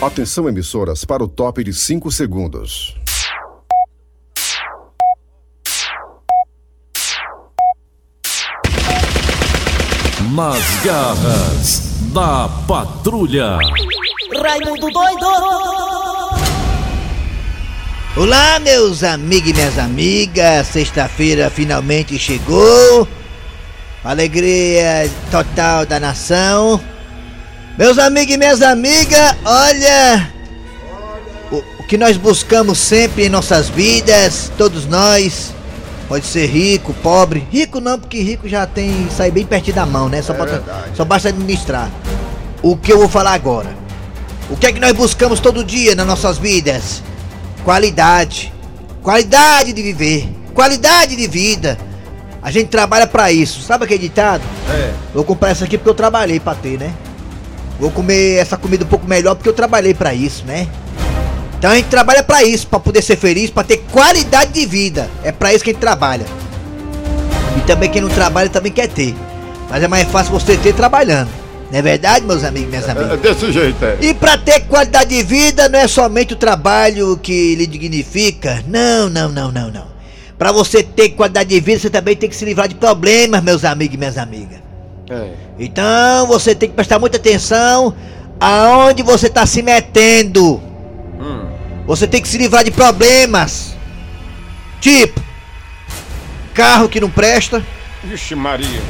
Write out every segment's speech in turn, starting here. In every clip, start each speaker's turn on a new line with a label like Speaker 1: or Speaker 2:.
Speaker 1: Atenção, emissoras, para o top de 5 segundos.
Speaker 2: Nas garras da patrulha.
Speaker 3: Raimundo doido!
Speaker 4: Olá, meus amigos e minhas amigas. Sexta-feira finalmente chegou. Alegria total da nação. Meus amigos e minhas amigas, olha. O, o que nós buscamos sempre em nossas vidas, todos nós. Pode ser rico, pobre. Rico não, porque rico já tem. sai bem pertinho da mão, né? Só, bota- só basta administrar. O que eu vou falar agora? O que é que nós buscamos todo dia nas nossas vidas? Qualidade. Qualidade de viver. Qualidade de vida. A gente trabalha pra isso. Sabe aquele ditado? É. Vou comprar essa aqui porque eu trabalhei pra ter, né? Vou comer essa comida um pouco melhor porque eu trabalhei pra isso, né? Então a gente trabalha pra isso, pra poder ser feliz, pra ter qualidade de vida. É pra isso que a gente trabalha. E também quem não trabalha também quer ter. Mas é mais fácil você ter trabalhando. Não é verdade, meus amigos, e minhas amigas?
Speaker 5: É desse jeito, é.
Speaker 4: E pra ter qualidade de vida não é somente o trabalho que lhe dignifica. Não, não, não, não, não. Pra você ter qualidade de vida, você também tem que se livrar de problemas, meus amigos e minhas amigas.
Speaker 5: É.
Speaker 4: Então você tem que prestar muita atenção aonde você está se metendo.
Speaker 5: Hum.
Speaker 4: Você tem que se livrar de problemas. Tipo, carro que não presta,
Speaker 5: Vixe, Maria.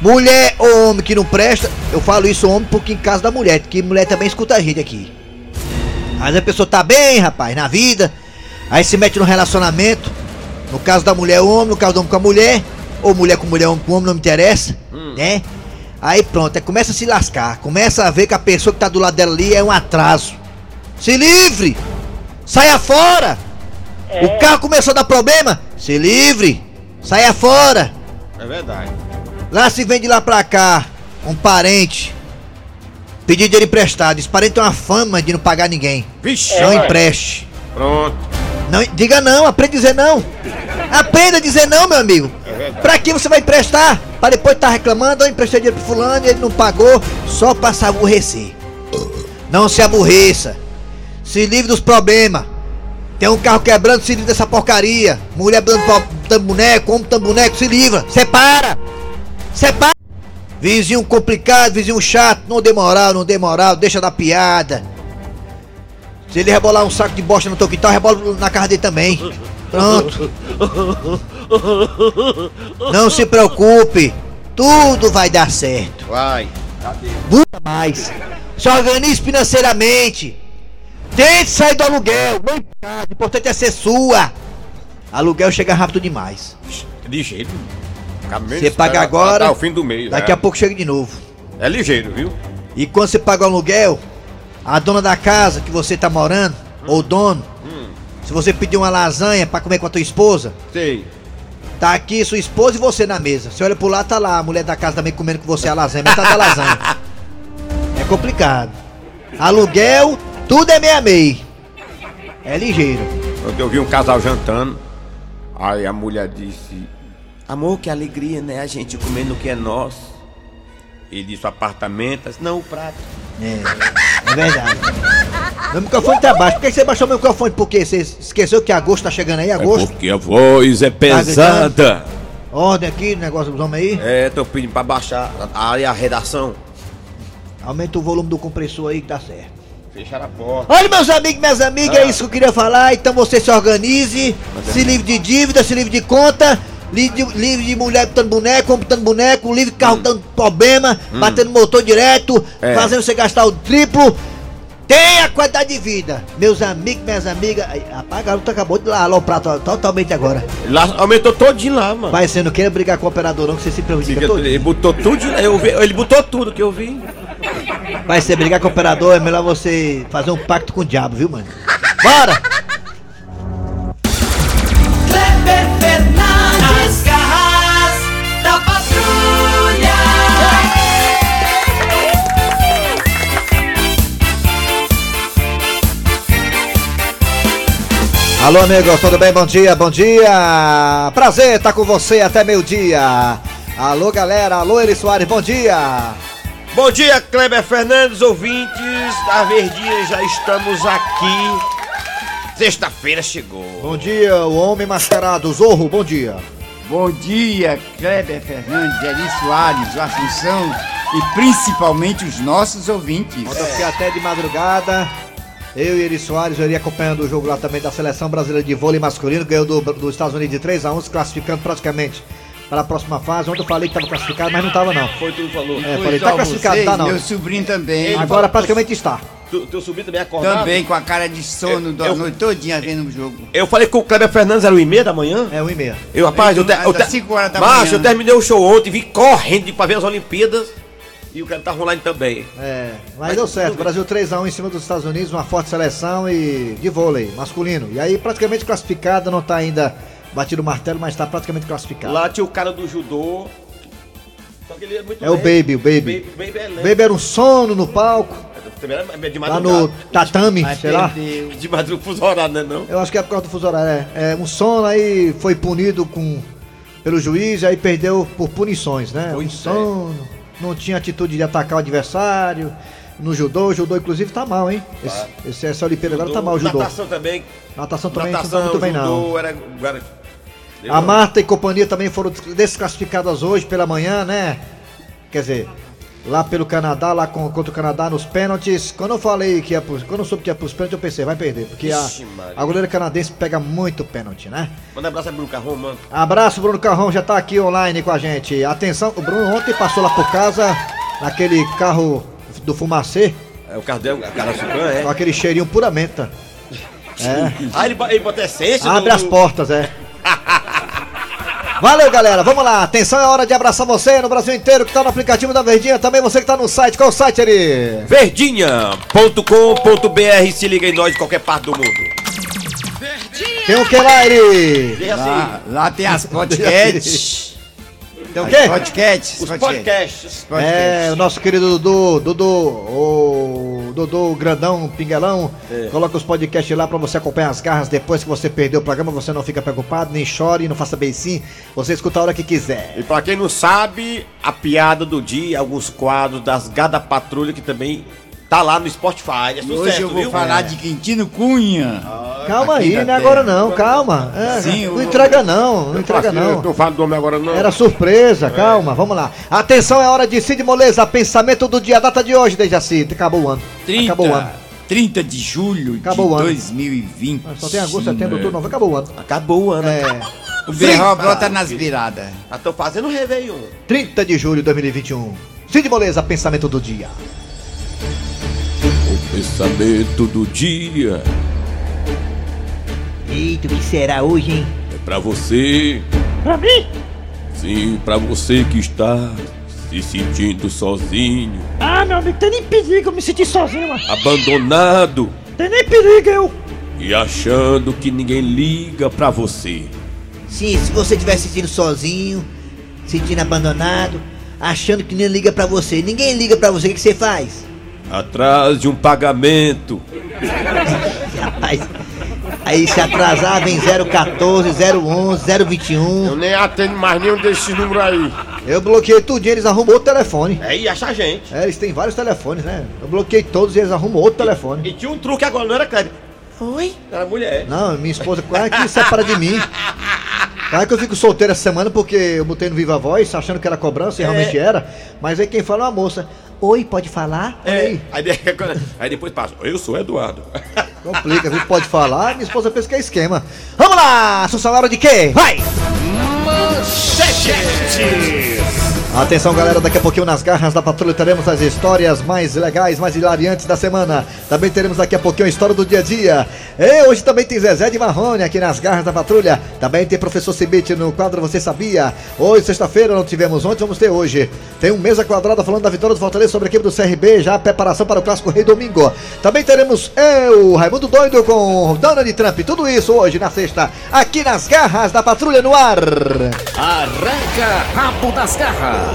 Speaker 4: mulher ou homem que não presta. Eu falo isso homem porque em casa da mulher, que mulher também escuta a gente aqui. Mas a pessoa tá bem, rapaz, na vida, aí se mete no relacionamento. No caso da mulher, homem, no caso do homem com a mulher, ou mulher com mulher, homem com homem, não me interessa, né? Aí pronto, aí começa a se lascar, começa a ver que a pessoa que tá do lado dela ali é um atraso. Se livre! Saia fora! O carro começou a dar problema? Se livre! Saia fora!
Speaker 5: É verdade.
Speaker 4: Lá se vem de lá pra cá um parente pedir dinheiro emprestado. Esse parente tem uma fama de não pagar ninguém.
Speaker 5: Vixe,
Speaker 4: Não
Speaker 5: Maria.
Speaker 4: empreste.
Speaker 5: Pronto.
Speaker 4: Não, diga não, aprenda a dizer não. Aprenda a dizer não, meu amigo. Pra que você vai emprestar? Pra depois estar reclamando, eu emprestei dinheiro pro fulano e ele não pagou, só pra se aborrecer. Não se aborreça. Se livre dos problemas. Tem um carro quebrando, se livre dessa porcaria. Mulher dando pro- dando boneco, homem dando boneco, se livra. Separa. Separa. Vizinho complicado, vizinho chato, não dê moral, não dê moral, deixa da piada. Se ele rebolar um saco de bosta no teu quintal, rebola na casa dele também. Pronto. Não se preocupe. Tudo vai dar certo.
Speaker 5: Vai.
Speaker 4: Busca mais. Se organize financeiramente. Tente sair do aluguel. Não encade. O importante é ser sua. Aluguel chega rápido demais.
Speaker 5: É ligeiro. Cabe mesmo
Speaker 4: Você paga
Speaker 5: esperar
Speaker 4: agora,
Speaker 5: até o fim do mês.
Speaker 4: Daqui
Speaker 5: é.
Speaker 4: a pouco chega de novo.
Speaker 5: É ligeiro, viu?
Speaker 4: E quando você paga o aluguel, a dona da casa que você tá morando, ou o dono, se você pedir uma lasanha pra comer com a tua esposa,
Speaker 5: Sei.
Speaker 4: Tá aqui sua esposa e você na mesa. Você olha pro lado, tá lá a mulher da casa também comendo com você a lasanha, metade da lasanha. É complicado. Aluguel, tudo é meia-meia. É ligeiro.
Speaker 5: Quando eu vi um casal jantando, aí a mulher disse:
Speaker 6: Amor, que alegria, né? A gente comendo o que é nosso.
Speaker 5: Ele disse o apartamento, eu disse, não o prato.
Speaker 4: É, é verdade. Meu microfone tá baixo. Por que você baixou meu microfone? Porque você esqueceu que agosto tá chegando aí, agosto.
Speaker 2: Porque a voz
Speaker 5: Tá
Speaker 2: é pesada.
Speaker 4: Ordem aqui, negócio dos homens aí.
Speaker 5: É, tô pedindo pra baixar a área a redação.
Speaker 4: Aumenta o volume do compressor aí que dá certo.
Speaker 5: Fecharam a porta.
Speaker 4: Olha, meus amigos, e minhas amigas, é
Speaker 5: Ah. é
Speaker 4: isso que eu queria falar. Então você se organize, se livre de dívida, se livre de conta, livre de, livre de mulher botando boneco, homem botando boneco, livre de carro dando problema, batendo motor direto,
Speaker 5: Hum. É.
Speaker 4: fazendo você gastar o triplo. Tenha qualidade de vida, meus amigos, e minhas amigas. Ai, Rapaz, a garota acabou de lá aloprar to- totalmente agora.
Speaker 5: Lá, aumentou todinho lá, mano.
Speaker 4: Vai, você não queira brigar com o operador, não, que você se prejudica todo.
Speaker 5: Ele botou tudo, eu vi, ele botou tudo que eu vi.
Speaker 4: Vai, você brigar com o operador, é melhor você fazer um pacto com o diabo, viu, mano? Bora!
Speaker 3: Kleber Fernandes. As garras da patrulha.
Speaker 4: Alô, amigos, tudo bem? Bom dia, bom dia! Prazer estar com você até meio-dia! Alô, galera! Alô, Eri Soares, bom dia!
Speaker 5: Bom dia, Kleber Fernandes, ouvintes da Verdinha, já estamos aqui. Sexta-feira chegou.
Speaker 4: Bom dia, o homem mascarado, Zorro, bom dia.
Speaker 7: Bom dia, Kleber Fernandes, Eri Soares, o Assunção e principalmente os nossos ouvintes. É.
Speaker 4: Ontem eu fiquei até de madrugada. Eu e Eri Soares, eu iria acompanhando o jogo lá também da seleção brasileira de vôlei masculino, ganhou do- dos Estados Unidos de 3 a 1 se classificando praticamente para a próxima fase. Ontem eu falei que estava classificado, mas não estava não.
Speaker 5: Foi tu que falou.
Speaker 4: É,
Speaker 7: Pois
Speaker 4: falei,
Speaker 7: ó,
Speaker 4: tá classificado,
Speaker 7: vocês,
Speaker 4: tá não.
Speaker 7: Meu sobrinho também.
Speaker 5: tá
Speaker 4: Agora praticamente está.
Speaker 5: Tu- teu sobrinho também é acordado?
Speaker 7: Também com a cara de sono da
Speaker 5: eu-
Speaker 7: noite todinha vendo o jogo.
Speaker 5: Eu falei com o Kleber Fernandes, era o e meia da manhã?
Speaker 4: É 1 e meia.
Speaker 5: Eu, rapaz, eu, te,
Speaker 7: Então,
Speaker 5: eu, te,
Speaker 7: às cinco horas da
Speaker 5: Macho,
Speaker 7: manhã.
Speaker 5: eu terminei o show ontem, vim correndo pra ver as Olimpíadas e o cara tava online também.
Speaker 4: É, mas deu certo. Brasil 3x1 em cima dos Estados Unidos, uma forte seleção e de vôlei masculino. E aí praticamente classificada, não tá ainda batido o martelo, mas tá praticamente classificado.
Speaker 5: Lá tinha o cara do judô. Só que ele é muito
Speaker 4: É o Baby, o Baby.
Speaker 5: Baby, Baby é
Speaker 4: O
Speaker 5: lento.
Speaker 4: Baby era um sono no palco,
Speaker 5: Também era é de
Speaker 4: lá
Speaker 5: madrugada.
Speaker 4: no tatame,
Speaker 7: Mas
Speaker 4: sei lá.
Speaker 7: perdeu.
Speaker 5: De madrugada fuso horário, né não?
Speaker 4: Eu acho que é por causa do fuso horário, é. É, um sono aí foi punido com, pelo juiz, aí perdeu por punições, né?
Speaker 5: Pois
Speaker 4: um
Speaker 5: é.
Speaker 4: sono, não tinha atitude de atacar o adversário. No judô, o judô inclusive tá mal, hein? Esse, esse, essa Olimpíada agora tá mal, o judô.
Speaker 5: Natação também.
Speaker 4: Natação também
Speaker 5: Natação,
Speaker 4: não tá muito bem, não.
Speaker 5: judô, era... era-
Speaker 4: A Marta e companhia também foram desclassificadas hoje pela manhã, né? Quer dizer, lá pelo Canadá, lá com- contra o Canadá nos pênaltis. Quando eu falei que ia pros, quando eu soube que ia pros pênaltis, eu pensei, vai perder, porque a,
Speaker 5: Ixi, Maria.
Speaker 4: a goleira canadense pega muito pênalti, né?
Speaker 5: Manda um abraço aí pro Carrão, mano.
Speaker 4: Abraço, Bruno Carrão, já tá aqui online com a gente. Atenção, o Bruno ontem passou lá por casa, naquele carro do fumacê,
Speaker 5: É o carro dele, o cara sucan, é.
Speaker 4: com aquele cheirinho pura menta. É,
Speaker 5: Aí ele, bo- ele bota essência
Speaker 4: abre
Speaker 5: do-
Speaker 4: as portas, é. Valeu, galera. Vamos lá. Atenção, é hora de abraçar você no Brasil inteiro que tá no aplicativo da Verdinha. Também você que tá no site. Qual o site, Eri?
Speaker 5: Verdinha.com.br se liga em nós de qualquer parte do mundo.
Speaker 4: Tem o que lá, Eri?
Speaker 5: Veja assim,
Speaker 7: Lá, lá tem as podcasts.
Speaker 4: Tem o
Speaker 7: As
Speaker 4: quê?
Speaker 7: Podcasts.
Speaker 5: Então, os podcasts.
Speaker 4: É, o nosso querido Dudu, Dudu, o Dudu Grandão Pinguelão, coloca os podcasts lá pra você acompanhar as garras depois que você perdeu o programa, você não fica preocupado, nem chore, não faça beicinho, você escuta a hora que quiser.
Speaker 5: E pra quem não sabe, a piada do dia, alguns quadros das Gada Patrulha que também tá lá no Spotify. É sucesso,
Speaker 7: Hoje eu vou
Speaker 5: viu? Ah,
Speaker 7: falar de Quintino Cunha.
Speaker 4: calma
Speaker 7: aqui
Speaker 4: aí,
Speaker 7: ainda
Speaker 4: não é
Speaker 7: tem.
Speaker 4: agora não, calma. É,
Speaker 7: Sim,
Speaker 4: não
Speaker 7: o-
Speaker 4: entrega não, não entrega
Speaker 8: Assim,
Speaker 4: não.
Speaker 8: Eu não falo do homem agora, não. É.
Speaker 4: Era surpresa, calma, vamos lá. Atenção, é hora de Cid Moleza, pensamento do dia, data de hoje, Dejaci. Acabou o ano.
Speaker 7: 30,
Speaker 4: Acabou o ano.
Speaker 7: 30 de julho
Speaker 4: Acabou o
Speaker 7: de
Speaker 4: ano.
Speaker 7: 2020.
Speaker 4: Só tem agosto, setembro,
Speaker 8: é.
Speaker 4: outubro, novembro, acabou o ano.
Speaker 5: Acabou o ano.
Speaker 4: É,
Speaker 7: O Berro brota nas viradas.
Speaker 5: Já tô fazendo Réveillon.
Speaker 4: 30 de julho de 2021. Cid Moleza, pensamento do dia.
Speaker 2: O pensamento do dia
Speaker 9: Eita, o que será hoje, hein?
Speaker 2: é pra você. Pra mim? Sim, pra você que está se sentindo sozinho,
Speaker 9: Ah, meu amigo, tem nem perigo eu me sentir sozinho, mano.
Speaker 2: abandonado
Speaker 9: Tem nem perigo eu.
Speaker 2: e achando que ninguém liga pra você.
Speaker 9: Sim, se você estiver sentindo sozinho, sentindo abandonado, achando que ninguém liga pra você, ninguém liga pra você, o que, que você faz?
Speaker 2: Atrás de um pagamento,
Speaker 9: Rapaz, aí se atrasar vem 014, 011, 021.
Speaker 8: Eu nem atendo mais nenhum desses números aí.
Speaker 4: um. Eu bloqueei tudinho, eles arrumam outro telefone.
Speaker 5: É, e achar gente.
Speaker 4: É, eles têm vários telefones, né? Eu bloqueei todos e eles arrumam outro telefone.
Speaker 5: E tinha um truque agora, não era Kleber?
Speaker 9: Oi?
Speaker 5: Era mulher.
Speaker 4: Não, minha esposa quase que separa de mim. Claro que eu fico solteiro essa semana porque eu botei no Viva Voz, achando que era cobrança e realmente era. Mas aí quem fala é uma moça. Oi, pode falar? Olha
Speaker 5: É,
Speaker 4: aí.
Speaker 5: aí, de- aí depois passa. Eu sou Eduardo.
Speaker 4: Complica, viu? Pode falar, minha esposa pensa que é esquema. Vamos lá, Assunção, é hora de quê? Vai! Atenção, galera, daqui a pouquinho nas garras da patrulha teremos as histórias mais legais, mais hilariantes da semana. Também teremos daqui a pouquinho a história do dia a dia. E hoje também tem Zezé de Marrone aqui nas garras da patrulha. Também tem professor Cibite no quadro Você Sabia. Hoje, sexta-feira, não tivemos ontem, vamos ter hoje. Tem um mesa quadrada falando da vitória do Fortaleza sobre a equipe do CRB, já a preparação para o Clássico Rei domingo. Também teremos eu, Raimundo Doido, com Donald Trump. Tudo isso hoje na sexta, aqui nas garras da patrulha no ar.
Speaker 2: Arranca rabo das garras.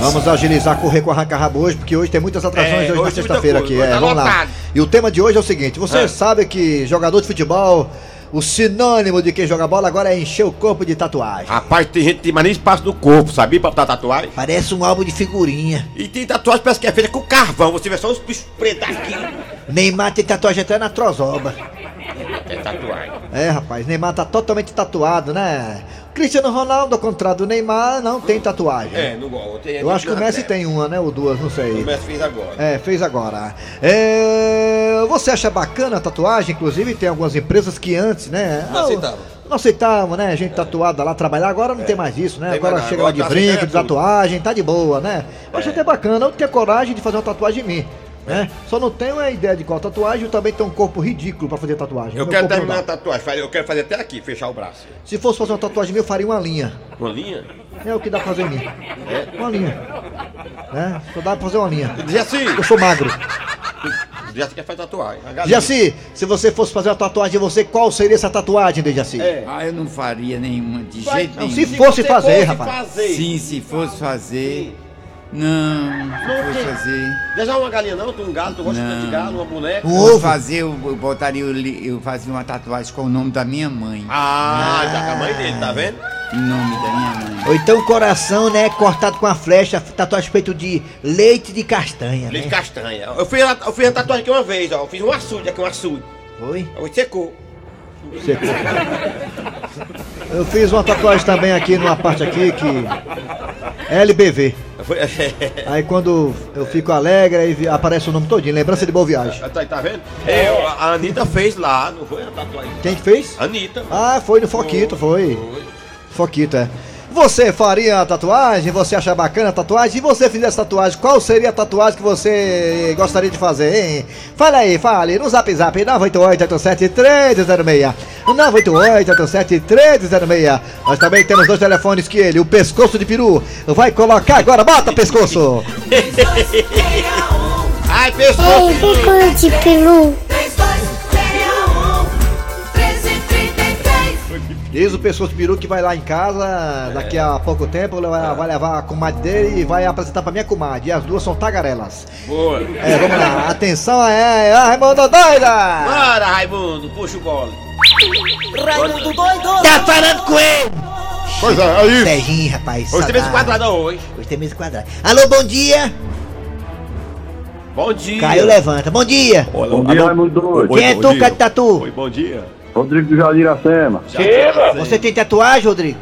Speaker 4: Vamos agilizar, correr com o arranca-rabo hoje, porque hoje tem muitas atrações
Speaker 5: É,
Speaker 4: hoje, na
Speaker 5: hoje tá tem muita
Speaker 4: sexta-feira
Speaker 5: coisa,
Speaker 4: aqui.
Speaker 5: hoje
Speaker 4: É,
Speaker 5: tá
Speaker 4: vamos lá.
Speaker 5: lotado.
Speaker 4: E o tema de hoje é o seguinte: você
Speaker 5: É.
Speaker 4: sabe que jogador de futebol O sinônimo de quem joga bola agora é encher o corpo de tatuagem.
Speaker 5: Rapaz, tem gente que tem mais nem espaço no corpo, sabia? Pra botar tatuagem.
Speaker 9: Parece um álbum de figurinha.
Speaker 5: E tem tatuagem que parece que é feita com carvão. Você vê só os bichos pretos aqui.
Speaker 9: Neymar tem tatuagem até na trozoba.
Speaker 5: É tatuagem.
Speaker 4: É, rapaz, Neymar tá totalmente tatuado, né? Cristiano Ronaldo, ao contrário do Neymar, não tem tatuagem.
Speaker 5: É, não gosto.
Speaker 4: Eu acho que o Messi tem uma, né? Ou duas, não sei.
Speaker 5: O Messi fez agora.
Speaker 4: É, fez agora. É, você acha bacana a tatuagem? Inclusive, tem algumas empresas que antes, né?
Speaker 5: Não
Speaker 4: ah,
Speaker 5: aceitavam. É.
Speaker 4: Não aceitavam, né? Gente tatuada lá trabalhar. Agora não tem mais isso, né?
Speaker 5: Tem
Speaker 4: agora
Speaker 5: mais nada.
Speaker 4: chega lá de
Speaker 5: Agora tá É.
Speaker 4: brinco, de
Speaker 5: aceitando tudo.
Speaker 4: tatuagem, tá de boa, né? Eu acho até bacana. Eu tenho coragem de fazer uma tatuagem em mim. Né?
Speaker 5: É.
Speaker 4: Só não tenho a ideia de qual tatuagem, eu também tenho um corpo ridículo pra fazer tatuagem. Meu
Speaker 5: Eu quero
Speaker 4: corpo não
Speaker 5: terminar a
Speaker 4: dá.
Speaker 5: tatuagem. Faz- Eu quero fazer até aqui, fechar o braço.
Speaker 4: Se fosse fazer uma tatuagem minha, eu faria uma linha.
Speaker 5: Uma linha?
Speaker 4: É o que dá pra fazer em mim.
Speaker 5: É.
Speaker 4: Uma linha. Né? Só dá pra fazer uma linha.
Speaker 5: Jaci,
Speaker 4: Eu sou magro.
Speaker 5: Jaci quer fazer é tatuagem. Uma galinha.
Speaker 4: Jaci, se você fosse fazer uma tatuagem em você, qual seria essa tatuagem de Jaci?
Speaker 5: É.
Speaker 10: Ah, eu não faria nenhuma, de jeito
Speaker 4: não,
Speaker 10: nenhum.
Speaker 4: se fosse
Speaker 5: você
Speaker 4: fazer,
Speaker 5: fosse
Speaker 4: rapaz.
Speaker 5: fazer.
Speaker 10: Sim, se fosse fazer. Não, não fosse fazer.
Speaker 5: Não é só uma galinha, não? Tu um galo, tu gosta
Speaker 10: Não.
Speaker 5: de galo, uma boneca.
Speaker 9: Um
Speaker 10: Vou
Speaker 9: ovo.
Speaker 10: fazer, eu eu botaria, o li- eu fazia uma tatuagem com o nome da minha mãe.
Speaker 5: Ah, tá com a mãe dele, tá vendo?
Speaker 10: Em nome da minha mãe.
Speaker 9: Ou então o coração, né? Cortado com a flecha, tatuagem feito de leite de castanha,
Speaker 5: Leite
Speaker 9: né?
Speaker 5: castanha. Eu fiz, a- eu fiz a tatuagem aqui uma vez, ó. Eu fiz um açude aqui, um açude.
Speaker 9: Foi?
Speaker 5: Aí secou.
Speaker 4: Eu fiz uma tatuagem também aqui numa parte aqui que. LBV.
Speaker 5: Foi-
Speaker 4: Aí quando eu fico alegre, aí vi- aparece o nome todinho, lembrança de boa viagem.
Speaker 5: tá, tá vendo? É, ó, a Anitta fez lá, não foi a tatuagem?
Speaker 4: Quem que fez?
Speaker 5: Anitta.
Speaker 4: Ah, foi no Foquito, foi. Foquito, é. Você faria a tatuagem? Você acha bacana a tatuagem? Se você fizesse tatuagem, qual seria a tatuagem que você gostaria de fazer, hein? Fala aí, fale no zap zap 988-87306. 988-87306. Nós também temos dois telefones que ele, o pescoço de peru, vai colocar agora. Bota
Speaker 3: um,
Speaker 4: pescoço!
Speaker 5: Ai, pessoal!
Speaker 11: Ei, pescoço de peru.
Speaker 3: 1333
Speaker 4: Diz o pescoço de peru que vai lá em
Speaker 5: É.
Speaker 4: casa daqui a pouco tempo, ele vai, vai levar a comadre dele e vai apresentar pra minha comadre. E as duas são tagarelas.
Speaker 5: Boa!
Speaker 4: É, vamos lá. Atenção, é, é a Raimundo Doida!
Speaker 5: Bora, Raimundo, puxa o gole.
Speaker 3: Raimundo doido
Speaker 9: Tá falando com ele!
Speaker 5: Pois é, aí.
Speaker 9: Serginho, rapaz.
Speaker 5: Hoje tem
Speaker 9: saudade.
Speaker 5: esse quadradão hoje.
Speaker 9: Hoje tem mesa quadrada. Alô, bom dia!
Speaker 5: Bom dia.
Speaker 9: Caio levanta. Bom dia!
Speaker 5: Olha,
Speaker 12: Bom dia, Raimundo Doido.
Speaker 9: Quem é
Speaker 5: bom
Speaker 9: tu,
Speaker 5: dia.
Speaker 9: Catatu?
Speaker 5: Oi, bom dia.
Speaker 12: Rodrigo Jadiracema.
Speaker 9: Você tem tatuagem, Rodrigo?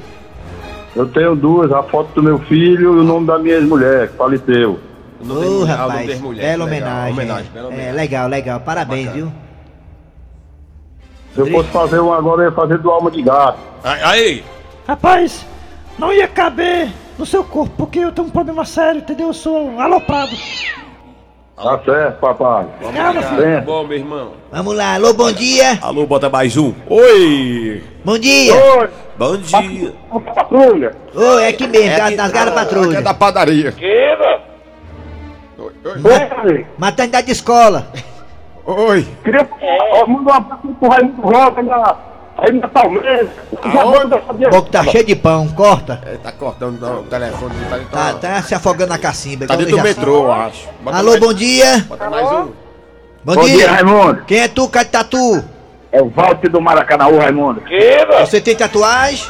Speaker 12: Eu tenho duas, a foto do meu filho e o nome da minha ex-mulher, que faleceu.
Speaker 5: Ô,
Speaker 9: Ô, rapaz, bela homenagem.
Speaker 5: homenagem.
Speaker 9: é,
Speaker 5: Bela homenagem.
Speaker 9: legal, legal. Parabéns,
Speaker 5: Bacana.
Speaker 9: viu?
Speaker 12: Se eu fosse fazer um agora, eu ia fazer do alma de gato.
Speaker 5: Aí,
Speaker 13: Rapaz, não ia caber no seu corpo, porque eu tenho um problema sério, entendeu? Eu sou um aloprado.
Speaker 12: Tá certo, papai.
Speaker 13: Calma, filho.
Speaker 12: Bem,
Speaker 5: bom, meu irmão.
Speaker 9: Vamos lá. Alô, bom dia!
Speaker 5: Alô, bota mais um. Oi!
Speaker 9: Bom dia!
Speaker 5: Bom dia. Ah,
Speaker 9: Ô, é aqui mesmo, é das garras patrulha.
Speaker 5: da padaria.
Speaker 9: Maternidade de tá escola.
Speaker 5: Oi.
Speaker 12: Queria mandar um abraço pro Raimundo né? Roca, aí na Palmeiras.
Speaker 9: O boco tá cheio de pão, corta.
Speaker 5: Ele tá cortando o telefone. Tá,
Speaker 9: Tá, tá se afogando na cacimba.
Speaker 5: tá
Speaker 9: igual
Speaker 4: Então,
Speaker 5: dentro do
Speaker 9: eu já-
Speaker 5: metrô, eu acho. Bota
Speaker 9: Alô,
Speaker 5: mais- um.
Speaker 9: bom dia!
Speaker 5: Bota mais um.
Speaker 9: Bom,
Speaker 12: Bom
Speaker 9: dia.
Speaker 12: dia, Raimundo.
Speaker 9: Quem é tu, Catatu?
Speaker 12: É o Walter do Maracanãú, Raimundo.
Speaker 9: Você tem tatuagem?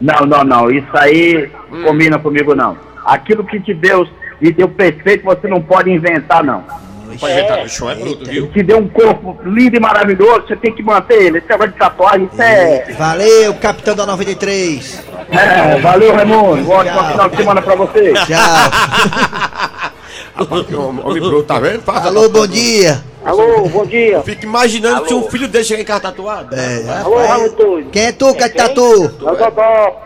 Speaker 12: Não, não, não. Isso aí combina comigo, não. Aquilo que te Deus lhe deu perfeito, você não pode inventar, não.
Speaker 5: Pode inventar, o chão é bruto, viu?
Speaker 12: Te deu um corpo lindo e maravilhoso, você tem que manter ele. Esse negócio de tatuagem, isso é...
Speaker 9: Valeu, capitão da 93.
Speaker 12: é valeu, Raimundo. Um ótimo final de semana pra vocês.
Speaker 9: Tchau.
Speaker 5: Rapaz, que homem homem bruto, tá vendo? Faça.
Speaker 9: Alô, bom dia.
Speaker 12: Alô, bom dia.
Speaker 5: Fica imaginando se um filho dele chega em casa tatuado.
Speaker 9: É,
Speaker 12: Alô,
Speaker 9: rapaz.
Speaker 12: Raimundo Doido.
Speaker 9: Quem é tu, Catatu?
Speaker 12: É o Dodó,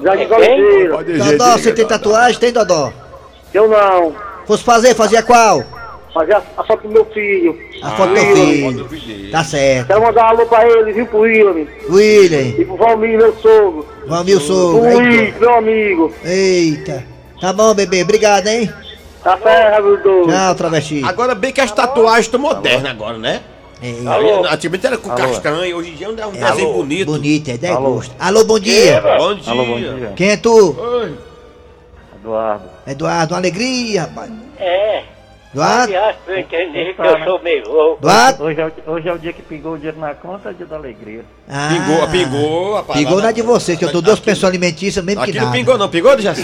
Speaker 12: Jardim Golizeira.
Speaker 4: Tá
Speaker 5: Pode jeito,
Speaker 9: Dodó, você
Speaker 5: hein,
Speaker 9: tem
Speaker 5: Dodó?
Speaker 9: tatuagem? Tem, Dodó?
Speaker 12: Eu não.
Speaker 9: Fosse fazer, fazia qual?
Speaker 12: Fazer a, a foto do meu filho.
Speaker 9: A foto do meu
Speaker 5: Pode
Speaker 9: filho.
Speaker 5: pedir.
Speaker 9: Tá certo.
Speaker 12: Quero mandar um alô pra ele, viu, pro William.
Speaker 9: William,
Speaker 12: E pro Valmir, meu sogro.
Speaker 9: Valmir
Speaker 12: Pro
Speaker 9: Souza.
Speaker 12: Luiz, meu amigo.
Speaker 9: Eita. Tá bom, bebê. Obrigado, hein?
Speaker 12: Tá certo, Raimundo Doido.
Speaker 9: Tchau, travesti.
Speaker 5: Agora bem que as tatuagens estão modernas agora, né?
Speaker 4: É,
Speaker 9: Ei,
Speaker 5: Alô. Antigamente era com castanho, hoje em dia é um desenho
Speaker 9: alô,
Speaker 5: bonito.
Speaker 9: Bonito, é 10 gosto. Alô, bom dia.
Speaker 5: Bom dia.
Speaker 12: Alô, bom dia.
Speaker 9: Quem é tu?
Speaker 5: Oi.
Speaker 12: Eduardo.
Speaker 9: Eduardo, uma alegria, rapaz. É.
Speaker 4: Do ato.
Speaker 14: que eu sou meio louco. Hoje, é o- hoje é o dia que pingou o dinheiro na conta, é o dia da alegria.
Speaker 4: Ah,
Speaker 6: Pingou, pingou, a palavra-
Speaker 4: Pingou na de vocês, que eu tô duas pensões alimentícias mesmo
Speaker 6: Aqui
Speaker 4: que
Speaker 6: não
Speaker 4: nada.
Speaker 6: pingou, não. Pingou, Jaci?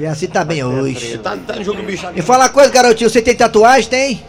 Speaker 4: Jaci tá bem hoje.
Speaker 6: Tá, tá no jogo do bicho.
Speaker 4: Me fala uma coisa, garotinho, você tem tatuagem, tem?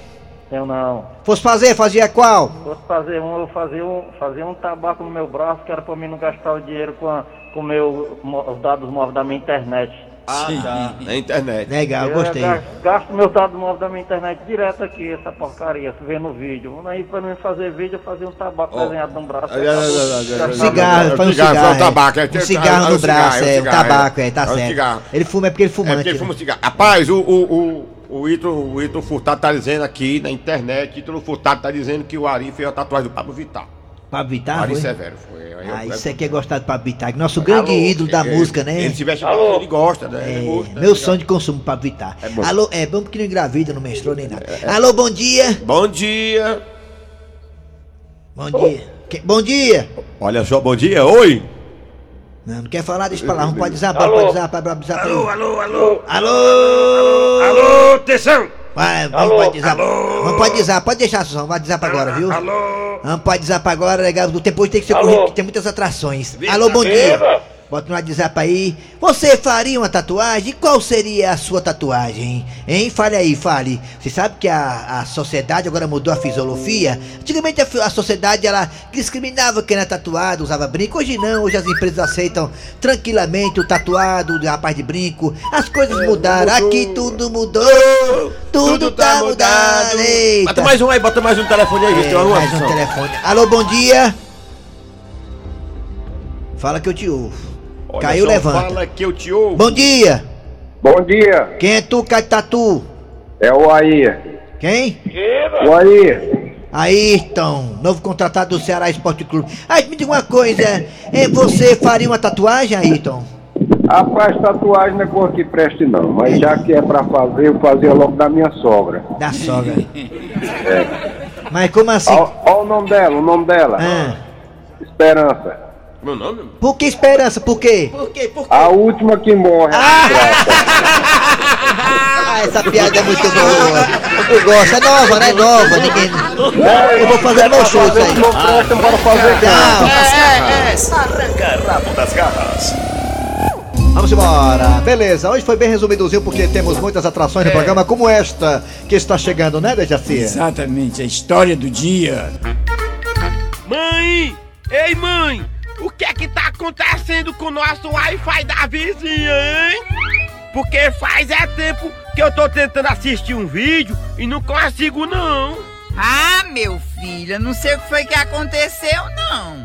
Speaker 14: Eu não.
Speaker 4: Fosse fazer, fazia qual?
Speaker 14: Fosse fazer um, eu fazia um, fazia um tabaco no meu braço, que era pra mim não gastar o dinheiro com, a, com meu, mo- os dados móveis da minha internet.
Speaker 6: Ah,
Speaker 7: assim.
Speaker 6: tá.
Speaker 10: É.
Speaker 6: Na internet.
Speaker 4: Legal,
Speaker 14: Eu ga- Gasto meus dados móveis da minha internet direto aqui, essa porcaria, vendo vídeo. Aí pra mim fazer vídeo, eu fazia um tabaco desenhado no braço.
Speaker 4: Cigarro, põe um cigarro.
Speaker 5: é o
Speaker 4: é.
Speaker 5: tabaco, é
Speaker 4: Um
Speaker 5: que-
Speaker 4: cigarro
Speaker 5: é
Speaker 4: no
Speaker 5: o cigarro,
Speaker 4: braço,
Speaker 5: é o
Speaker 4: é, um
Speaker 5: cigarro,
Speaker 4: tabaco, é,
Speaker 5: é
Speaker 4: tá
Speaker 5: o cigarro.
Speaker 4: certo. Ele fuma é porque ele fuma
Speaker 5: É porque ele fuma cigarro. Rapaz, o, o, o, o Ítalo o Ítalo Furtado tá dizendo aqui na internet, Ítalo Furtado tá dizendo que o Ari fez a tatuagem do Pablo Vittar.
Speaker 4: Pablo Vittar,
Speaker 5: Ari
Speaker 4: Ah, foi?
Speaker 5: Severo. Foi. Aí eu-
Speaker 4: Ah, isso aqui é gostado do Pablo Vittar, nosso grande ídolo da
Speaker 5: ele-
Speaker 4: música, né?
Speaker 5: Ele se veste bastante, ele gosta, né? Ele
Speaker 4: É,
Speaker 5: gosta.
Speaker 4: meu sonho de consumo, Pablo Vittar.
Speaker 5: bom. É,
Speaker 4: Alô, é bom porque não engravida, não menstrua nem nada. Alô, bom dia.
Speaker 5: Bom dia.
Speaker 4: Bom dia. Que- bom dia.
Speaker 5: Olha só, bom dia. Oi.
Speaker 4: Não, não quer falar desse palavrão, pode desabar,
Speaker 5: Alô?
Speaker 4: pode desabar, pode desabar. Alô,
Speaker 15: Alô, alô,
Speaker 4: alô.
Speaker 15: alô, atenção!
Speaker 4: Vai, vamos
Speaker 15: Alô?
Speaker 4: pode desabar. Vamos pode desabar, pode deixar, Suzão, vai desapa agora, viu? Alô. Vamos pode desapa agora, legal, do tempo hoje tem que ser
Speaker 15: Alô?
Speaker 4: corrido, que tem muitas atrações. Alô, bom dia.
Speaker 15: Viva.
Speaker 4: Bota no WhatsApp aí. Você faria uma tatuagem? Qual seria a sua tatuagem? Hein? Fale aí, fale. Você sabe que a, a sociedade agora mudou a fisiologia? Antigamente a, fi- a sociedade ela discriminava quem era tatuado, usava brinco. Hoje não, hoje as empresas aceitam tranquilamente o tatuado, o rapaz de brinco. As coisas mudaram. Aqui tudo mudou. Tudo, tá mudado. Eita.
Speaker 6: Bota mais um aí, bota mais um telefone aí.
Speaker 4: É,
Speaker 6: vê se tem alguma
Speaker 4: mais um
Speaker 6: opção.
Speaker 4: telefone. Alô, bom dia. Fala que eu te ouvo.
Speaker 5: Olha
Speaker 4: Caiu,
Speaker 5: só,
Speaker 4: levanta.
Speaker 5: Fala que eu te ouvo.
Speaker 4: Bom dia.
Speaker 16: Bom dia.
Speaker 4: Quem é tu, Caetatu?
Speaker 16: É o Aí.
Speaker 4: Quem?
Speaker 16: O Aí.
Speaker 4: Aí, então, novo contratado do Ceará Esporte Clube. Aí, me diga uma coisa, é, você faria uma tatuagem, Ayrton?
Speaker 16: Rapaz, tatuagem não é cor que preste não, mas já que é pra fazer, eu fazia logo da minha sogra.
Speaker 4: Da sogra.
Speaker 16: É.
Speaker 4: Mas como assim? Ah.
Speaker 16: Olha o nome dela, o nome dela. Esperança.
Speaker 6: Meu nome?
Speaker 4: Por que esperança? Por quê?
Speaker 16: A última que morre.
Speaker 4: Ah, essa piada é muito boa. Eu gosto, é nova, né? É nova, ninguém... Eu vou fazer meu show isso aí.
Speaker 15: É, é, é, arranca rabo das garras.
Speaker 4: Vamos embora. Beleza, hoje foi bem resumidozinho porque temos muitas atrações no
Speaker 17: É.
Speaker 4: programa como esta que está chegando, né, Dejaci?
Speaker 10: Exatamente, a história do dia.
Speaker 15: Mãe! Ei, mãe! O que é que tá acontecendo com o nosso Wi-Fi da vizinha, hein? Porque faz é tempo que eu tô tentando assistir um vídeo e não consigo, não.
Speaker 7: Ah, meu filho, eu não sei o que foi que aconteceu, não.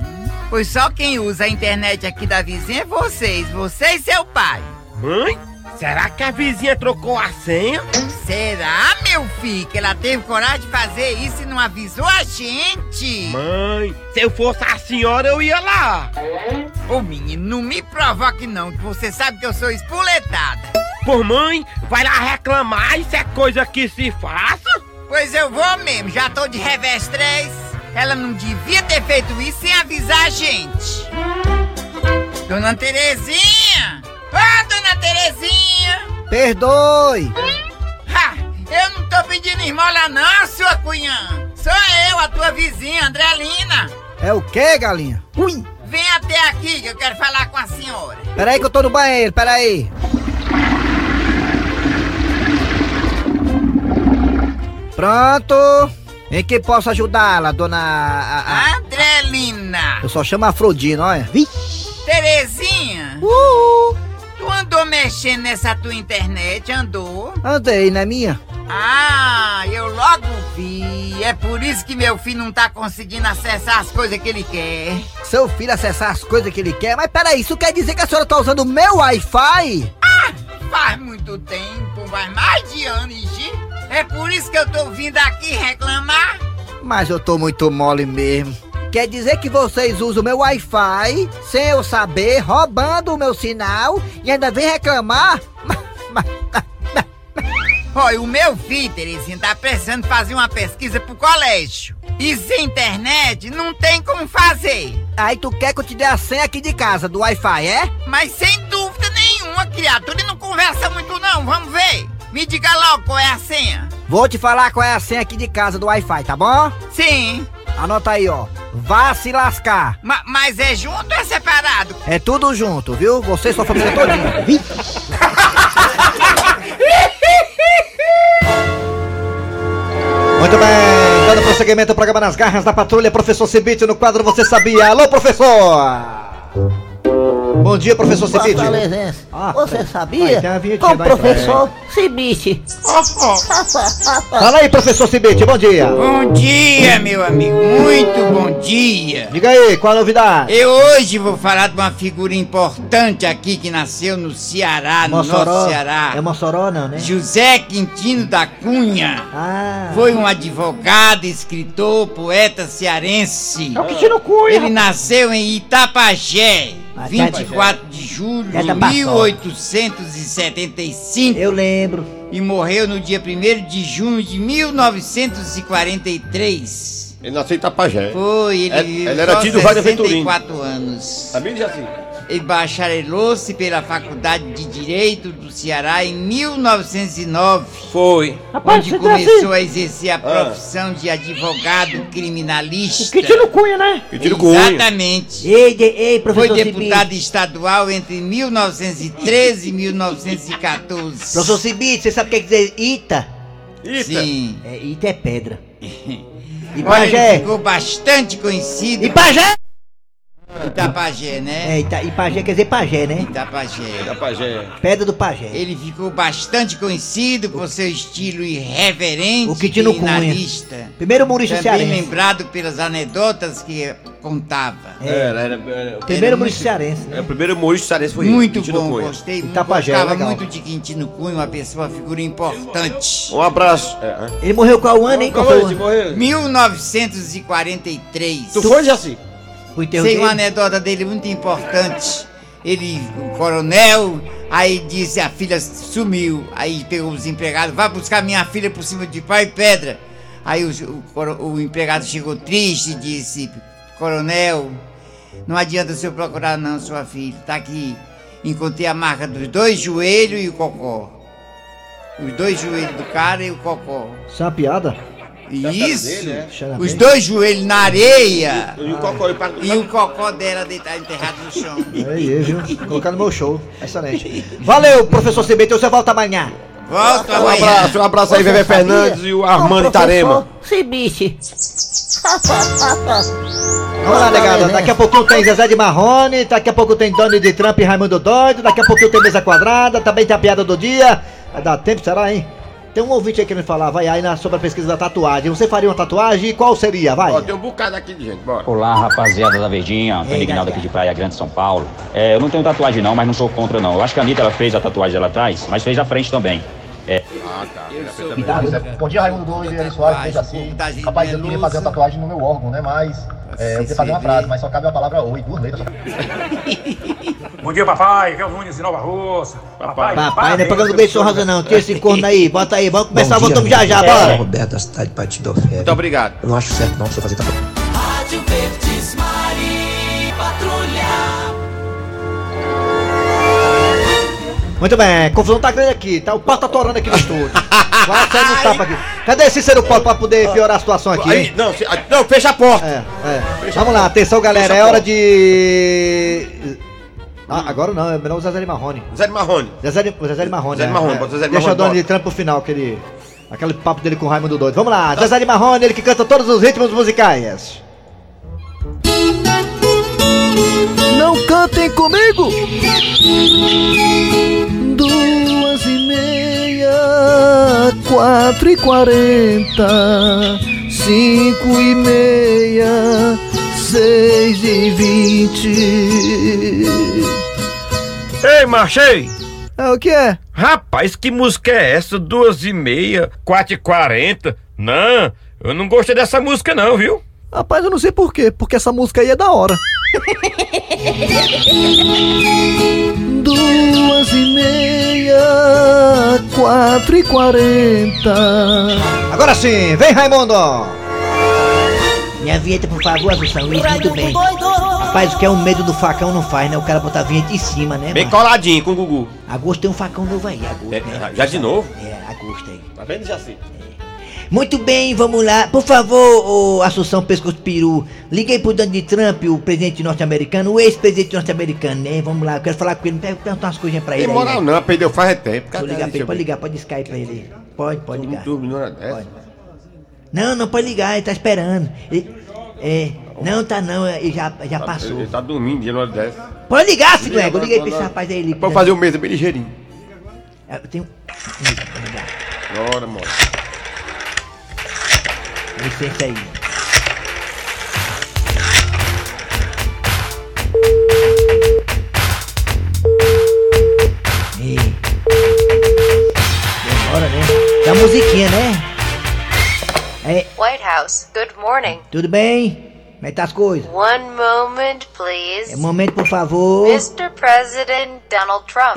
Speaker 7: Pois só quem usa a internet aqui da vizinha é vocês, você e seu pai.
Speaker 15: Mãe? Será que a vizinha trocou a senha?
Speaker 7: Será, meu filho, que ela teve coragem de fazer isso e não avisou a gente?
Speaker 15: Mãe, se eu fosse a senhora, eu ia lá.
Speaker 7: Ô, menino, não me provoque não, que você sabe que eu sou espoletada.
Speaker 15: Por mãe, vai lá reclamar, isso é coisa que se faça.
Speaker 7: Pois eu vou mesmo, já tô de revés 3. Ela não devia ter feito isso sem avisar a gente. Dona Terezinha! Ah, dona Terezinha!
Speaker 4: Perdoe!
Speaker 7: Ha! Eu não tô pedindo esmola não, sua cunhã! Sou eu, a tua vizinha, Andrelina!
Speaker 17: É o quê, galinha? Ui!
Speaker 7: Vem até aqui que eu quero falar com a senhora.
Speaker 17: Peraí que eu tô no banheiro, peraí. Pronto. Em que posso ajudá-la, dona... a- a-
Speaker 7: Andrelina!
Speaker 17: Eu só chamo Afrodina, olha. Vixe.
Speaker 7: Terezinha! Uhul! Tu andou mexendo nessa tua internet, andou?
Speaker 17: Andei, não é minha?
Speaker 7: Ah, eu logo vi. É por isso que meu filho não tá conseguindo acessar as coisas que ele quer.
Speaker 17: Seu filho acessar as coisas que ele quer? Mas peraí, isso quer dizer que a senhora tá usando o meu Wi-Fi?
Speaker 7: Faz muito tempo, faz mais de ano, Ixi. É por isso que eu tô vindo aqui reclamar.
Speaker 17: Mas eu tô muito mole mesmo. Quer dizer que vocês usam o meu Wi-Fi sem eu saber, roubando o meu sinal e ainda vem reclamar?
Speaker 7: Olha, o meu filho, Terezinha, tá precisando fazer uma pesquisa pro colégio. E sem internet, não tem como fazer.
Speaker 17: Aí tu quer que eu te dê a senha aqui de casa, do Wi-Fi, é?
Speaker 7: Mas sem dúvida nenhuma, criatura, ele não conversa muito não, vamos ver. Me diga logo qual é a senha.
Speaker 17: Vou te falar qual é a senha aqui de casa do Wi-Fi, tá bom?
Speaker 7: Sim.
Speaker 17: Anota aí, ó. Vá se lascar.
Speaker 7: Ma- mas é junto ou é separado?
Speaker 17: É tudo junto, viu? Você e sua família todinha.
Speaker 4: Muito bem, dando prosseguimento ao programa Nas Garras da Patrulha, professor Cibite no quadro Você Sabia. Alô, professor! Bom dia, professor Cibite.
Speaker 18: Fortalezense.
Speaker 9: Ah, tá.
Speaker 18: Você sabia?
Speaker 4: tem uma vinhetinha
Speaker 18: Com o
Speaker 4: lá atrás.
Speaker 18: professor Cibite.
Speaker 4: Fala aí, professor Cibite, bom dia.
Speaker 18: Bom
Speaker 7: dia, meu amigo. Muito bom dia.
Speaker 4: Diga aí, qual a novidade?
Speaker 7: Eu hoje vou falar de uma figura importante aqui que nasceu no Ceará, no nosso Ceará.
Speaker 17: É Mossoró, não, né?
Speaker 7: José Quintino da Cunha.
Speaker 9: Ah.
Speaker 7: Foi um advogado, escritor, poeta cearense. É o Quintino Cunha. Ele nasceu em Itapajé, 24 de julho
Speaker 17: Já
Speaker 7: de
Speaker 17: tá passando.
Speaker 7: 1875.
Speaker 17: Eu lembro.
Speaker 7: E morreu no dia 1 de junho de 1943.
Speaker 5: Ele nasceu em Tapajé.
Speaker 7: Foi, ele,
Speaker 5: É-
Speaker 7: viveu
Speaker 5: ele era
Speaker 7: só
Speaker 5: tio do Wagner Venturini.
Speaker 7: 64 anos.
Speaker 5: Sabia disso assim?
Speaker 7: Ele bacharelou-se pela Faculdade de Direito do Ceará em 1909.
Speaker 6: Foi.
Speaker 13: Rapaz,
Speaker 7: onde
Speaker 13: você tá
Speaker 7: começou
Speaker 13: assim?
Speaker 7: a exercer a
Speaker 13: Ah.
Speaker 7: profissão de advogado criminalista.
Speaker 13: Que tira o cunha, né?
Speaker 7: Exatamente.
Speaker 18: Ei, ei, ei,
Speaker 7: Foi
Speaker 18: professor
Speaker 7: deputado estadual entre 1913 e 1914.
Speaker 9: Professor Cibite, você sabe o que quer dizer Ita?
Speaker 7: Ita? Sim.
Speaker 9: É, Ita é pedra.
Speaker 7: E
Speaker 9: Pajé?
Speaker 13: é.
Speaker 7: Ele ficou bastante conhecido. E
Speaker 9: Pajé?
Speaker 7: Itapajé, né?
Speaker 9: É, Ita, e pajé quer dizer pajé, né?
Speaker 7: Itapajé.
Speaker 6: Itapajé.
Speaker 9: Pedra do pajé.
Speaker 7: Ele ficou bastante conhecido por seu estilo irreverente
Speaker 9: O Quintino Cunha.
Speaker 7: criminalista.
Speaker 9: Primeiro humorista
Speaker 7: Também
Speaker 9: cearense.
Speaker 7: lembrado pelas anedotas que contava.
Speaker 5: É,
Speaker 6: Era, era, era-
Speaker 7: Primeiro
Speaker 6: era
Speaker 7: humorista
Speaker 6: muito-
Speaker 9: cearense,
Speaker 6: É, o primeiro humorista cearense foi
Speaker 7: Muito
Speaker 6: Quintino
Speaker 7: bom,
Speaker 6: Cunha.
Speaker 7: gostei.
Speaker 6: Itapajé,
Speaker 7: gostava
Speaker 6: legal.
Speaker 7: muito de Quintino Cunha, uma pessoa, uma figura importante.
Speaker 6: Um abraço.
Speaker 5: É,
Speaker 9: Ele morreu qual ano, hein? Qual foi o ano?
Speaker 7: 1943.
Speaker 9: Tu foi,
Speaker 7: assim?
Speaker 9: Fui teu
Speaker 7: Tem uma
Speaker 3: né?
Speaker 9: dele?
Speaker 7: anedota dele é muito importante. Ele, o coronel, aí disse a filha sumiu. Aí pegou os empregados, vai buscar minha filha por cima de pai e pedra. Aí os- o, coro- o empregado chegou triste e disse, coronel, não adianta o senhor procurar não, sua filha, tá aqui. Encontrei a marca dos dois joelhos e o cocó. Os dois joelhos do cara e o cocó.
Speaker 4: Isso é uma piada? né?
Speaker 7: E isso,
Speaker 4: Cheira
Speaker 7: os
Speaker 4: bem.
Speaker 7: dois joelhos na areia.
Speaker 4: E o cocó,
Speaker 7: E o cocó dela deitado enterrado no chão.
Speaker 4: É Aí, aí, viu? Colocar no meu show. Excelente. Valeu, professor Cibite, você volta amanhã.
Speaker 7: Volta
Speaker 5: Um
Speaker 7: amanhã.
Speaker 5: abraço, um abraço aí,
Speaker 4: Você
Speaker 5: Bebê
Speaker 4: sabia?
Speaker 5: Fernandes e o Armando Tarema.
Speaker 3: é
Speaker 18: Cibite.
Speaker 4: Vamos lá, negada. Daqui a pouquinho tem Zezé de Marrone, daqui a pouco tem Donnie de Trump e Raimundo Doido, daqui a pouquinho tem Mesa Quadrada, também tem a piada do dia. Vai dar tempo, será, hein? Tem um ouvinte aí querendo falar, vai aí na, sobre a pesquisa da tatuagem. Você faria uma tatuagem e qual seria? Vai.
Speaker 5: Ó, tem um bocado aqui de gente, bora.
Speaker 19: Olá, rapaziada da Verdinha, Antônio Ignaldo aqui de Praia Grande, São Paulo. É, eu não tenho tatuagem não, mas não sou contra não. Eu acho que a Anitta ela fez a tatuagem dela atrás, mas fez da frente também. É.
Speaker 5: Ah, tá.
Speaker 20: Bom dia, Raimundo Doido e Eli Soares, fez assim. Rapaz, eu queria fazer uma tatuagem no meu órgão, né? Mas é, eu queria fazer uma frase, mas só cabe a palavra oi, duas letras.
Speaker 21: Bom dia, papai. Aqui é o Nunes de Nova Russa. Papai,
Speaker 9: Papai, não é programa do Beijo Rosa não, tira esse corno aí, bota aí, vamos começar,
Speaker 22: Bom dia,
Speaker 4: um
Speaker 9: voltamos já já,
Speaker 22: amigo.
Speaker 9: bora!
Speaker 22: Roberto da cidade de Patidofé. Muito
Speaker 5: obrigado.
Speaker 22: Eu não acho certo não você fazer tatuagem.
Speaker 3: Rádio Verdes Mari Patrulha.
Speaker 4: Muito bem, confusão tá grande aqui, tá? O pau tá torando aqui no estúdio. Vai sair no tapa aqui. Cadê Cícero Paulo pra poder piorar a situação aqui?
Speaker 5: Aí,
Speaker 4: hein?
Speaker 5: não, se- ah, não, fecha a porta.
Speaker 4: É, é. Vamos lá, atenção galera, é hora de. Ah, agora não, é melhor o Zezé de Marrone.
Speaker 5: Zé de Marrone.
Speaker 4: Zezé de, Zezé de Marrone.
Speaker 5: Zezé de
Speaker 4: é,
Speaker 5: Marrone,
Speaker 4: é.
Speaker 5: bota o Zezé de
Speaker 4: Deixa o
Speaker 5: Marrone,
Speaker 4: dono de Trump pro final, aquele, aquele papo dele com o Raimundo Doido. Vamos
Speaker 5: Tá.
Speaker 4: lá, Zezé de Marrone, ele que canta todos os ritmos musicais.
Speaker 23: Não cantem comigo! Duas e meia, quatro e quarenta, cinco e meia, seis e vinte.
Speaker 24: Ei, Marchei!
Speaker 23: Ah, o que é?
Speaker 24: Rapaz, que música é essa? Duas e meia, quatro e quarenta? Não, eu não gostei dessa música não, viu?
Speaker 23: Rapaz, eu não sei por quê, porque essa música aí é da hora. Duas e meia, quatro e quarenta.
Speaker 4: Agora sim, vem Raimundo!
Speaker 9: Minha vinheta, por favor, Assunção, Luiz, muito bem.
Speaker 3: Raimundo doido.
Speaker 4: Rapaz, o que é o medo do facão não faz, né? O cara botar vinheta em cima, né?
Speaker 25: Bem
Speaker 4: macho?
Speaker 25: coladinho com o Gugu.
Speaker 4: Agosto tem um facão novo aí, Agosto.
Speaker 25: É,
Speaker 4: né?
Speaker 25: já de novo?
Speaker 4: É, Agosto aí.
Speaker 25: Tá vendo, Jaci?
Speaker 4: Muito bem, vamos lá. Por favor, ô Assunção Pescoço Peru, liguei pro Donald Trump, o presidente norte-americano, o ex-presidente norte-americano, né? Vamos lá, eu quero falar com ele, per- perguntar umas coisinhas pra
Speaker 5: Tem
Speaker 4: ele.
Speaker 5: moral
Speaker 4: aí, né?
Speaker 5: não, perdeu faz tempo.
Speaker 4: Vou ligar pra ele, pode ligar, pode Skype pra ele. Pode, pode
Speaker 5: Um
Speaker 4: ligar.
Speaker 5: Pode.
Speaker 4: Não, não pode ligar, ele tá esperando. Ele- é, não tá não, ele já, já passou.
Speaker 5: Ele tá dormindo de uma hora dessa.
Speaker 4: Pode ligar, filho
Speaker 5: Liga
Speaker 4: Ego,
Speaker 5: agora,
Speaker 4: liga aí pra esse
Speaker 5: agora.
Speaker 4: rapaz aí.
Speaker 5: Pra fazer o mesmo bem ligeirinho.
Speaker 4: Eu tenho... um-
Speaker 5: Bora, mora.
Speaker 4: um Licença aí. Ei. Demora, né? Da musiquinha, né? É,
Speaker 26: White House, good morning.
Speaker 4: tudo bem? Como é que tá as coisas?
Speaker 26: One moment, please.
Speaker 4: É um momento, por favor.
Speaker 26: Mr. President Donald Trump.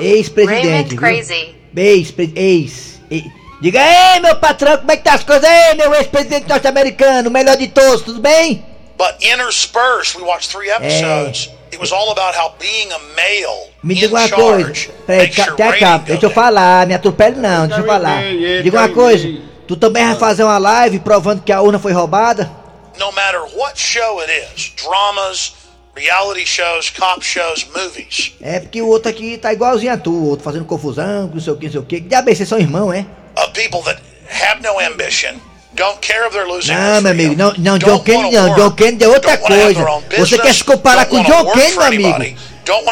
Speaker 26: Raymond
Speaker 4: Ex-presidente, viu?
Speaker 26: Crazy.
Speaker 4: Ex, ex, ex. Diga aí, meu patrão, como é que tá as coisas aí, meu ex-presidente norte-americano, melhor de todos, tudo bem?
Speaker 12: But interspersed, we watched
Speaker 23: É.
Speaker 12: three
Speaker 4: É,
Speaker 12: episodes. It was all about how being a male
Speaker 4: Me diga uma coisa. Peraí, ca- até a capa. Deixa eu falar, me atropele não, deixa eu falar. Diga uma coisa. Tu também vai fazer uma live provando que a urna foi roubada?
Speaker 12: no matter what show it is dramas, reality shows, cop shows, movies.
Speaker 4: É porque o outro aqui tá igualzinho a tu, o outro fazendo confusão, que não sei o que, não sei o que. Que diabo é, vocês são irmão, é?
Speaker 12: Of people that have no ambition, don't care if they're losing.
Speaker 4: Não, meu amigo, não, não, John Kennedy não, John Kennedy é outra coisa. Você quer se comparar com John Kennedy, meu amigo?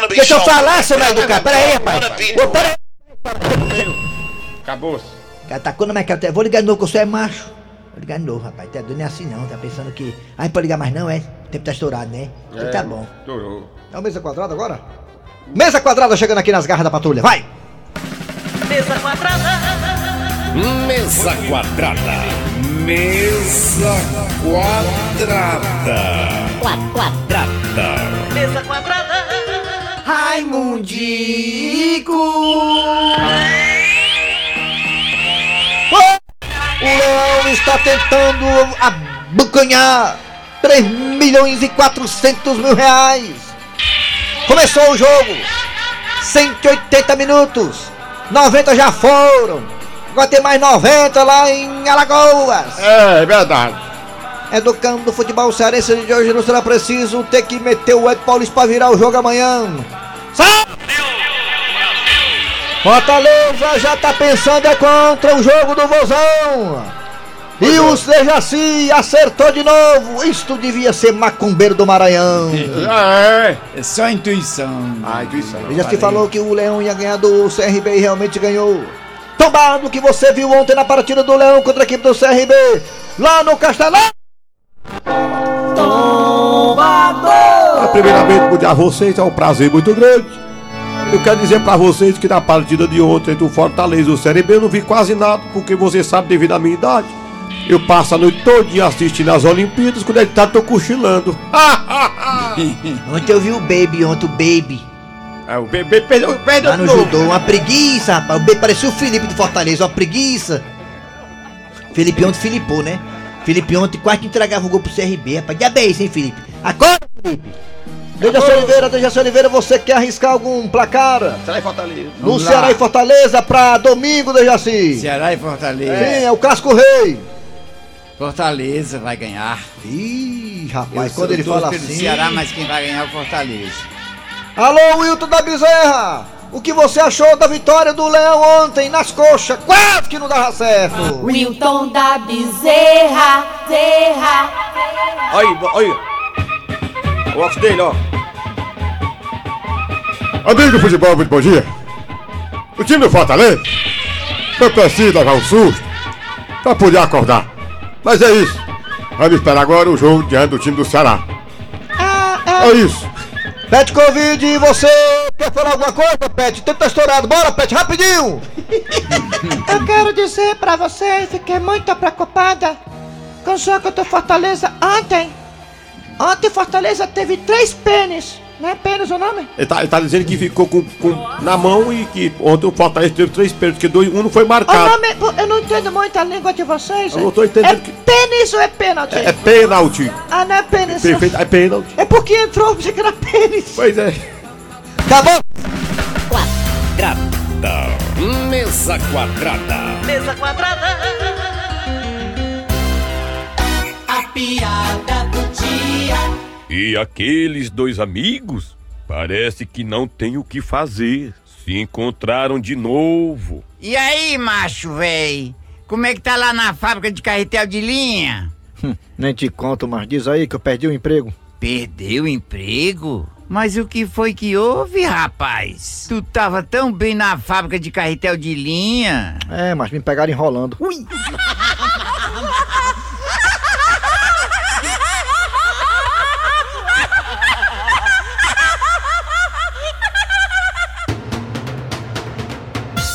Speaker 4: Deixa eu falar, seu mal do cara, peraí, rapaz. Ô, peraí.
Speaker 5: Acabou-se.
Speaker 4: Cara, tacou na minha cara, até- vou ligar de novo, que eu sou é macho. Vou ligar de novo, rapaz, tá doido, não é assim não, tá pensando que... Ah, não pode ligar mais não, é? O tempo tá estourado, né? Então
Speaker 5: É.
Speaker 4: tá bom.
Speaker 5: Estourou.
Speaker 4: É o mesa quadrada agora? Mesa quadrada chegando aqui nas garras da patrulha, vai!
Speaker 27: Mesa quadrada.
Speaker 28: Mesa quadrada. Mesa quadrada. Quadrada.
Speaker 27: Mesa quadrada.
Speaker 29: Raimundico!
Speaker 4: O leão está tentando abocanhar 3 milhões e 400 mil reais. Começou o jogo. 180 minutos. 90 já foram. Agora tem mais 90 lá em Alagoas.
Speaker 5: É, é verdade.
Speaker 4: Educando É do futebol cearense de hoje não será preciso ter que meter o Ed Paulista para virar o jogo amanhã. Sai! Fortaleza já tá pensando é contra o jogo do Vozão. E o Sejaci acertou de novo. Isto devia ser macumbeiro do Maranhão.
Speaker 7: É só intuição.
Speaker 5: Ah, intuição.
Speaker 4: Ele já se falou que o Leão ia ganhar do CRB e realmente ganhou. Tombado que você viu ontem na partida do Leão contra a equipe do CRB. Lá no Castelão.
Speaker 5: Ah, Primeiramente, bom dia a vocês, é um prazer muito grande. Eu quero dizer pra vocês que na partida de ontem do Fortaleza e o CRB eu não vi quase nada, porque você sabe, devido à minha idade, eu passo a noite todinha assistindo as Olimpíadas, quando ele tá, tô cochilando.
Speaker 4: ontem eu vi o Baby, ontem o Baby.
Speaker 5: É, o Baby perdeu, perdeu
Speaker 4: Lá no judô, uma preguiça, rapaz. O Baby parecia o Felipe do Fortaleza, uma preguiça. Felipe ontem filipou, né? Felipe ontem quase que entregava o gol pro CRB, rapaz. Já bem, hein, Felipe? Acorda, Felipe! Dejaci Oliveira, Dejaci Oliveira, você quer arriscar algum placar?
Speaker 5: Será que Tá Fortaleza?
Speaker 4: No Ceará e Fortaleza pra domingo, Dejaci.
Speaker 7: Ceará e Fortaleza.
Speaker 4: Sim, é o Casco Rei.
Speaker 7: Fortaleza vai ganhar.
Speaker 4: Ih, rapaz,
Speaker 7: eu
Speaker 4: quando
Speaker 7: sou
Speaker 4: ele
Speaker 7: torço
Speaker 4: fala
Speaker 7: pelo
Speaker 4: assim-
Speaker 7: Ceará, mas quem vai ganhar é o Fortaleza.
Speaker 4: Alô, Wilton da Bezerra! O que você achou da vitória do Leão ontem nas coxas? Quase que não dava certo!
Speaker 9: Wilton da Bezerra, Zerra.
Speaker 25: Olha, bo- olha. O óculos dele, ó.
Speaker 8: Amigo do futebol, muito bom dia. O time do Fortaleza foi preciso levar um susto pra poder acordar. Mas é isso. Vamos esperar agora o jogo diante do time do Ceará.
Speaker 30: Ah,
Speaker 8: É isso.
Speaker 4: Pet Covid, você quer falar alguma coisa, Pet? O tempo tá estourado. Bora, Pet, rapidinho!
Speaker 31: Eu quero dizer pra vocês que fiquei muito preocupada com o jogo do Fortaleza ontem. Ontem Fortaleza teve três pênis
Speaker 30: Não é pênalti o nome?
Speaker 5: Ele tá, ele tá dizendo que ficou com, com- na mão e que ontem o Fortaleza teve três pênaltis, que dois, um não foi
Speaker 30: O
Speaker 5: marcado.
Speaker 30: nome, eu não entendo muito a língua de vocês.
Speaker 5: Eu não tô entendendo
Speaker 30: É pênis ou é pênalti?
Speaker 5: É, é pênalti.
Speaker 30: Ah, não é pênis.
Speaker 5: Perfeito, é pênalti.
Speaker 30: É porque entrou, pensei que era pênis.
Speaker 5: Pois é.
Speaker 4: Tá bom?
Speaker 32: Quadrada. Mesa quadrada.
Speaker 33: Mesa quadrada.
Speaker 34: A piada do dia.
Speaker 35: E aqueles dois amigos parece que não tem o que fazer. Se encontraram de novo.
Speaker 3: E aí, macho, véi? Como é que tá lá na fábrica de carretel de linha?
Speaker 4: Hum, Nem te conto, mas diz aí que eu perdi o emprego.
Speaker 3: Perdeu o emprego? Mas o que foi que houve, rapaz? Tu tava tão bem na fábrica de carretel de linha.
Speaker 4: É, mas me pegaram enrolando. Ui!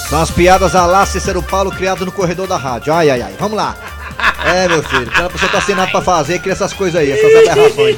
Speaker 4: São as piadas a lá Cícero Paulo criado no corredor da rádio. Ai, ai, ai. Vamos lá. É, meu filho. Quando a pessoa tá sem nada pra fazer, cria essas coisas aí, essas aberrações.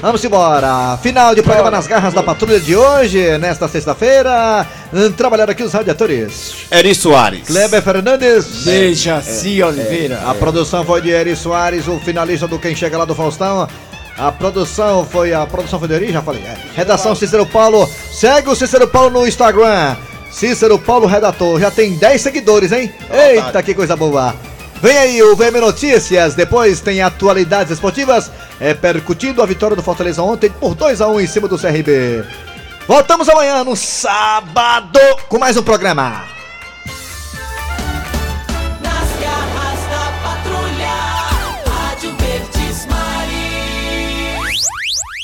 Speaker 4: Vamos embora. Final de programa nas garras da patrulha de hoje, nesta sexta-feira. Hum, Trabalharam aqui os radiadores.
Speaker 5: Eri Soares.
Speaker 4: Kleber Fernandes. É.
Speaker 7: Dejaci Oliveira.
Speaker 4: A produção foi de Eri Soares, o finalista do Quem Chega Lá do Faustão. A produção foi a produção foi de Eri, já falei. é. Redação Cícero Paulo. Segue o Cícero Paulo no Instagram. Cícero Paulo Redator. Já tem 10 seguidores, hein? Eita, que coisa boa. Vem aí o VM Notícias, depois tem atualidades esportivas, é, percutindo a vitória do Fortaleza ontem por 2 a 1 em cima do CRB. Voltamos amanhã, no sábado, com mais um programa.